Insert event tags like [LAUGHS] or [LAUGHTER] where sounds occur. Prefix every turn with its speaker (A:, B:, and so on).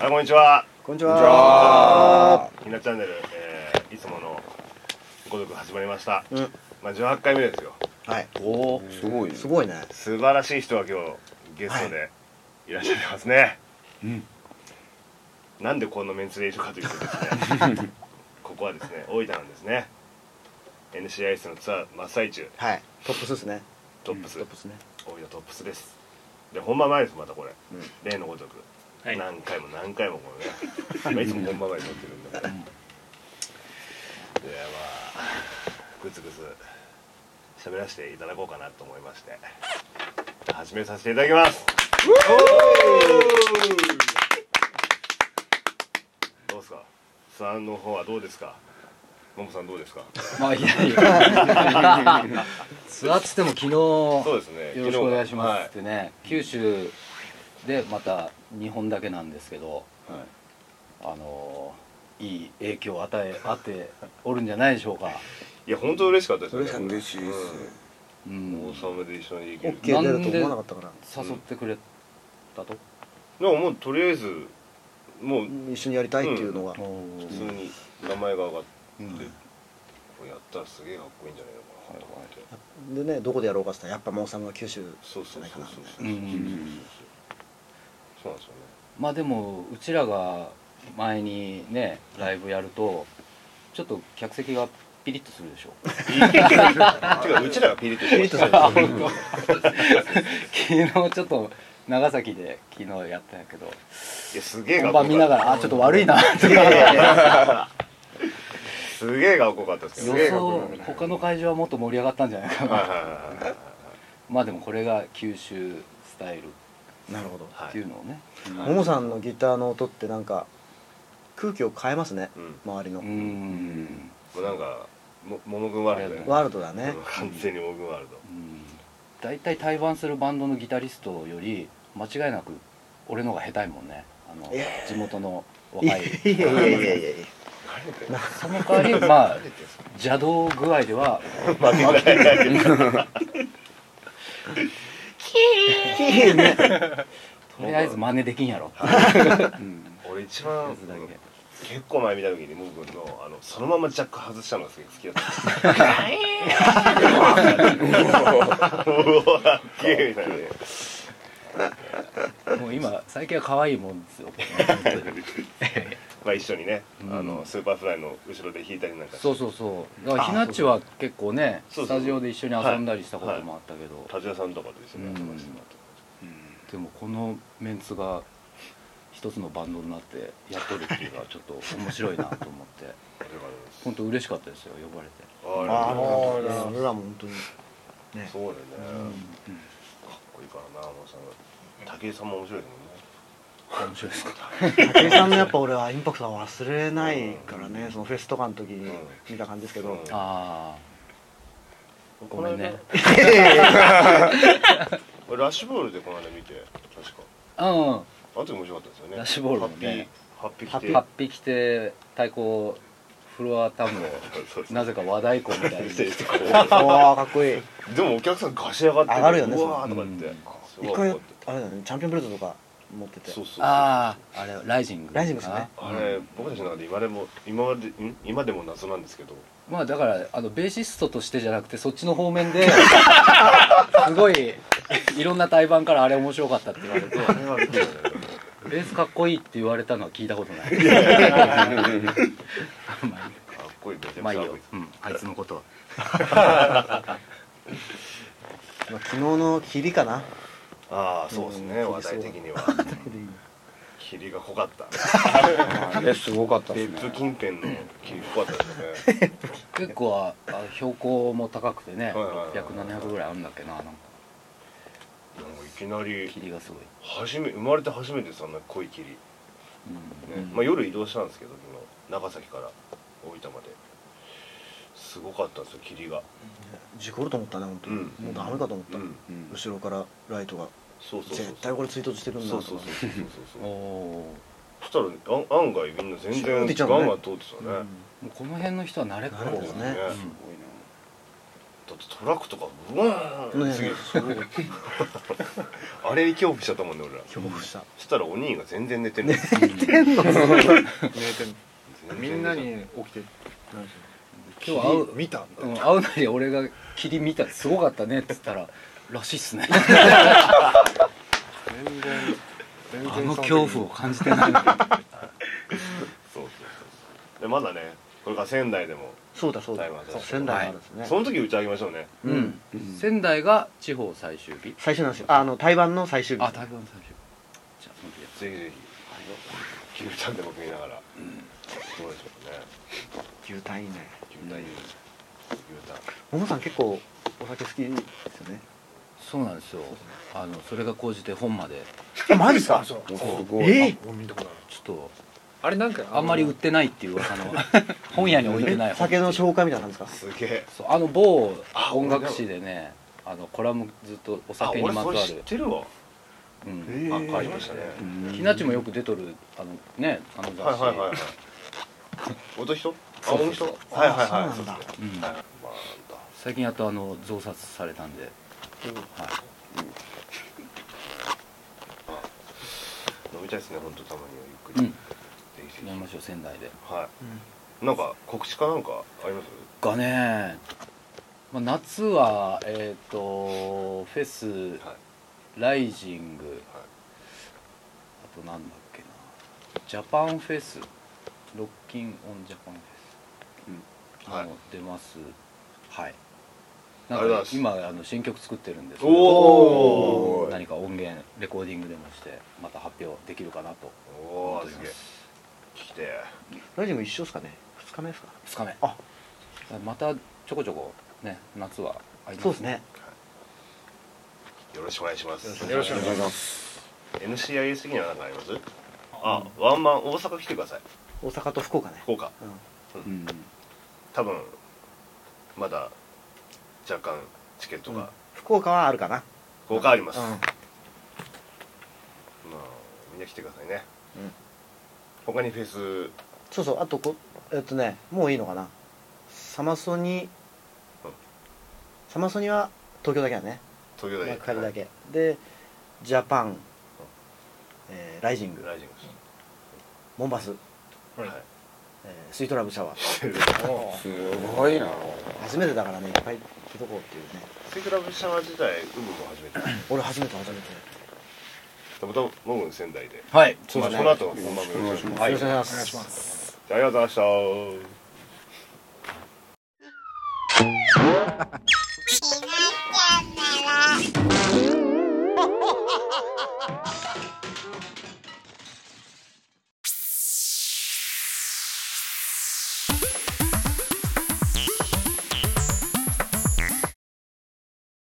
A: あこんにちは
B: こんにちは。
A: ひなチャンネル、えーいつものごとく始まりました、
B: うん
A: まあ、18回目ですよ
B: はい。
C: おーすごいね
B: すごいね。
A: 素晴らしい人が今日ゲストでいらっしゃってますね、
C: うん
A: なんでこのメンツでいるかというとですねここはですね大分なんですね NCIS のツアー真っ最中
B: はい。トップスですね。
A: トップス、
B: トップスね。
A: 大分トップスですで本番前ですまたこれ、例のごとく、
D: はい
A: 何回も何回もこれね [LAUGHS] まあいつも本番前に撮ってるんだから、でまあグツグツ喋らせていただこうかなと思いまして始めさせていただきますどうですかさんの方はどうですかももさんどうですか
C: まあいやいや
E: ツアーっつっても昨日
A: そう
E: よ
A: ですね
E: ろしくお願いしま
A: は
E: すってね、九州でまた日本だけなんですけどあのーいい影響を与えあっておるんじゃないでしょうか、
A: いや本当嬉しかったですね
B: 嬉しかっ
C: 嬉しいっす
E: う
A: うん
E: ん
A: お、さむで一緒にでき
B: オ
A: る
B: ッケー出ると思わなかったから。
E: 誘ってくれたと、
A: でももうとりあえずもう
B: 一緒にやりたいっていうのは。
A: 普通に名前が上がって、
E: うん
A: これやったらすげえかっこいいんじゃないのかなと思って、
B: でね、どこでやろうかって言ったらやっぱモーサムは九州。
A: そうそうそうそうそうそう
E: うん
A: そうなんですよね
E: まあでもうちらが前にねライブやるとちょっと客席がピリッとするでしょ
A: てかうちらがピリッとしてました
E: あ [LAUGHS] 本当昨日ちょっと長崎で昨日やったんやけど
A: いやすげえかっこ
E: 本
A: よ
E: 番見ながらあちょっと悪 [LAUGHS] いなと
A: いやい
E: か
A: やすげえかっこよかったですけどすげえ
E: 予
A: かっこよ
E: 想
A: かっ
E: 他の会場はもっと盛り上がったんじゃない [LAUGHS] か
A: た
E: な
A: はいはいはいはい
E: まあでもこれが九州スタイルっ
B: なるほど。
A: はい
E: ていうのをね、
B: ももさんのギターの音ってなんか空気を変えますね
A: うん。
B: 周りの
E: うーん
A: もうなんかもももぐんワールドだよね
B: ワールドだね
A: うん。完全にももぐんワールド
E: うん大体対バンするバンドのギタリストより間違いなく俺のが下手いもんねあの
B: いや
E: 地元の
B: い
E: 若
A: [LAUGHS]
B: や
E: い
B: いやいやいやいや。
A: 慣れてる
E: その代
A: [LAUGHS]
E: わりまあ
A: 慣れてるんですか
E: 邪道具合では
A: [LAUGHS] 負けない
E: とりあえず真似できん
A: [LAUGHS]
E: やろって
A: 俺一番
E: やつだけ
A: 結構前見た時にモブ君のあのそのままジャック外したのがすげえ好きだった
E: [LAUGHS]
A: うわかっけえみたいなね
E: もう今最近は可愛いもんですよ
A: まあ一緒にね、
E: うん
A: あのスーパーフライの後ろで弾いたりなんかして
E: そうそうそうだからひなっちは結構ね
A: そう
E: ス
A: そう
E: タジオで一緒に遊んだりしたこともあったけど、
A: 達也さんとかと一緒にやってましたね
E: でもこのメンツが一つのバンドになってやっとるっていうのはちょっと面白いなと思って
A: ありがとうご
E: 本当嬉しかったですよ呼ばれて
A: ざいます
B: あ
A: あ
B: あ
A: ー
B: もう俺らも本当に。ね
A: そうだよね、かっこいいからなもうさ武井さんも面白いですもんね
E: 面白いですか
B: 武井さんのやっぱ俺はインパクトは忘れないからね。そのフェスとかの時に見た感じですけど。 [LAUGHS]
A: うん
E: ああごめんね
A: 俺ラッシュボールでこの間見て確か
E: うん
A: あの時面白かったですよね
E: ラッシュボールもね
A: ハッピーハ
E: ハ
A: ッピー
E: ッピー着て太鼓フロアタムを
A: [LAUGHS] そうそう
E: なぜか和太鼓みたいにして
B: おおかっこいい。
A: でもお客さんガシ上がって
B: 上がるよね
A: うわーと
E: そ
A: か
E: れ
A: 言ってすごい
B: 一回
E: うん
A: こ
B: あれだねチャンピオンベルトとか持って
A: うやって
B: て
A: そうそうあ
E: [LAUGHS] あああれライジングかな
B: ライジングですね
A: あれ僕たちの中で今でも今までん今でも謎なんですけど
E: まあだからあのベーシストとしてじゃなくてそっちの方面 [LAUGHS] ですごいいろんな対バンからあれ面白かったって言われると
A: あれはびっくりしたね
E: ベースかっこいいって言われたのは聞いたことない
A: かっこいいめちゃ
E: ま
A: めちゃかっこ
E: あいいよ
A: いい、
E: うん、あいつのことは
B: まあ昨日の霧かな
A: ああそうですね
B: うん
A: 話題的には霧が濃かった
C: あれすごかったです
A: 別府
C: ね
A: 近辺の霧濃かったですよね
E: 結構ああ標高も高くて
A: は
E: ね
A: いはいはい
E: 600700ぐらいあるんだっけななんか
A: なんかいきなり
E: 霧がすごい、
A: 初め生まれて初めてそんな濃い霧、ねまあ、夜移動したんですけど昨日長崎から大分まですごかったんですよ霧が
B: 事故ると思ったね本当に、
A: うん
B: もうダメかと思った、
A: うん
C: うん
B: 後ろからライトが
A: そうそうそう
B: 絶対これ追突してくるんだ
A: そ
B: な
A: う
B: と
A: そうそう
B: 思っ
A: そ
B: て
A: うそうそう
E: お
A: そしたら
E: お
A: ねあ案外みんな全
B: シューンっていっちゃ
A: 然
B: う
A: ガ
B: のね
A: ンガン通ってたね
E: この辺の人は慣れっこ
B: 慣れっこです
A: そ
B: ね
A: うで
C: す
A: すね
C: ごいな
A: だってトラックとかうわーんって次、あれに恐怖しちゃったもんね俺ら
B: 恐怖した
A: そしたらお兄が全然寝てない
B: [LAUGHS]
D: みんなに起きてなんていう
E: 今
D: の
E: 日会う
D: 霧見たんだ
E: うん、会うなり俺が「霧見たすごかったね」っつったら「らしいっすね」
D: 全然全然
E: あの恐怖を感じてない
A: そうそうそうでまだねこれから仙台でも
B: そうだそうだ
A: 台湾
B: そう仙台なんですね、
A: その時打ち上げましょうね
E: うん、仙台が地方最終日
B: 最終なんですよあの台湾の最終日
E: あ台湾最終日じゃあその
A: ぜ
E: 日や
A: ひぜひ牛タンでも食いながら、どうでしょうね
B: 牛タンいいね
A: 牛タンいいです牛タン
B: ももさん結構お酒好きですよね
E: そうなんですよあのそれが高じて本まで
B: えマジっすか
D: あそう
C: おすごい
B: え
D: ゴミのとこだ
E: ちょっと
D: あれなんかの
E: あんまり売ってないっていう噂の [LAUGHS] 本屋に置いてない
B: え
E: 本
B: 酒の紹介みたいな感じですか
A: すげえ
E: そうあの某
A: あ
E: 音楽誌でねあのコラムずっとお
A: あ
E: 酒に
A: 俺
E: まつ
A: そ
E: わ
A: れ知っ
E: る、
A: てるわ、
E: うん、
A: あ買いましたね
E: ひなっちもよく出とるあのねあの雑誌、
A: はいはいはいはい音人あ
E: そうそう
A: 音
E: そう
A: 人はいはいはい
B: そうなんだ
A: そうです
E: う
A: ね
E: ん
A: はいまあ
E: 最近やっとあの増刷されたんで、はい、
A: なんだ飲みたいですね本当たまにはゆっく
E: う
A: り、
E: ん
A: ぜひぜ
E: 飲みましょう仙台で
A: ひはい、なんか告知かなんかあります
E: がね、まあ、夏はえっ、とフェス
A: はい
E: ライジングあとなんだっけなジャパンフェスロッキンオンジャパンフェス、
A: はい
E: あの出ますはい
A: あ
E: な
A: りがとうござ
E: ん
A: い
E: か
A: ます
E: 今あの新曲作ってるんですけ
A: お
E: ど
A: ー
E: 何か音源レコーディングでもしてまた発表できるかなと
A: お
E: 思っ
A: お
E: ており
A: す
E: ま
A: げえ
E: す
A: 聞きてえ
B: ラジオも一緒ですかね二日目ですか
E: 2日目
B: あ
E: またちょこちょこね夏はあります
B: そうですね
A: よろしくお願いします
D: よろしくお願いします
A: NCIS 的には何かありますあワンマン大阪来てください
B: 大阪と福岡ね
A: 福岡
B: うん
C: うん
A: 多分まだ若干チケット
B: うん
A: が
B: 福岡はあるかな
A: 福岡あります、
B: うん
A: まあみんな来てくださいね、他にフェス
B: そうそうあとこえっとねもういいのかなサマソニ
A: うん
B: サマソニは東京だけだね
A: 東京
B: 幕張
A: 大
B: だけでジャパンえーライジング
A: ライジング
B: モンバス
A: はい、
B: えースイートラブシャワー
C: すごいな
B: 初めてだからねいっぱい来とこうっていうね
A: スイクラブシャワー自体ウムも初めて
B: 俺初めて初めて
A: たまたまモグン仙台で
E: はい
A: まあその後本番もよろしくお願いします
B: よろしくお願いします
A: じゃあありがとうございました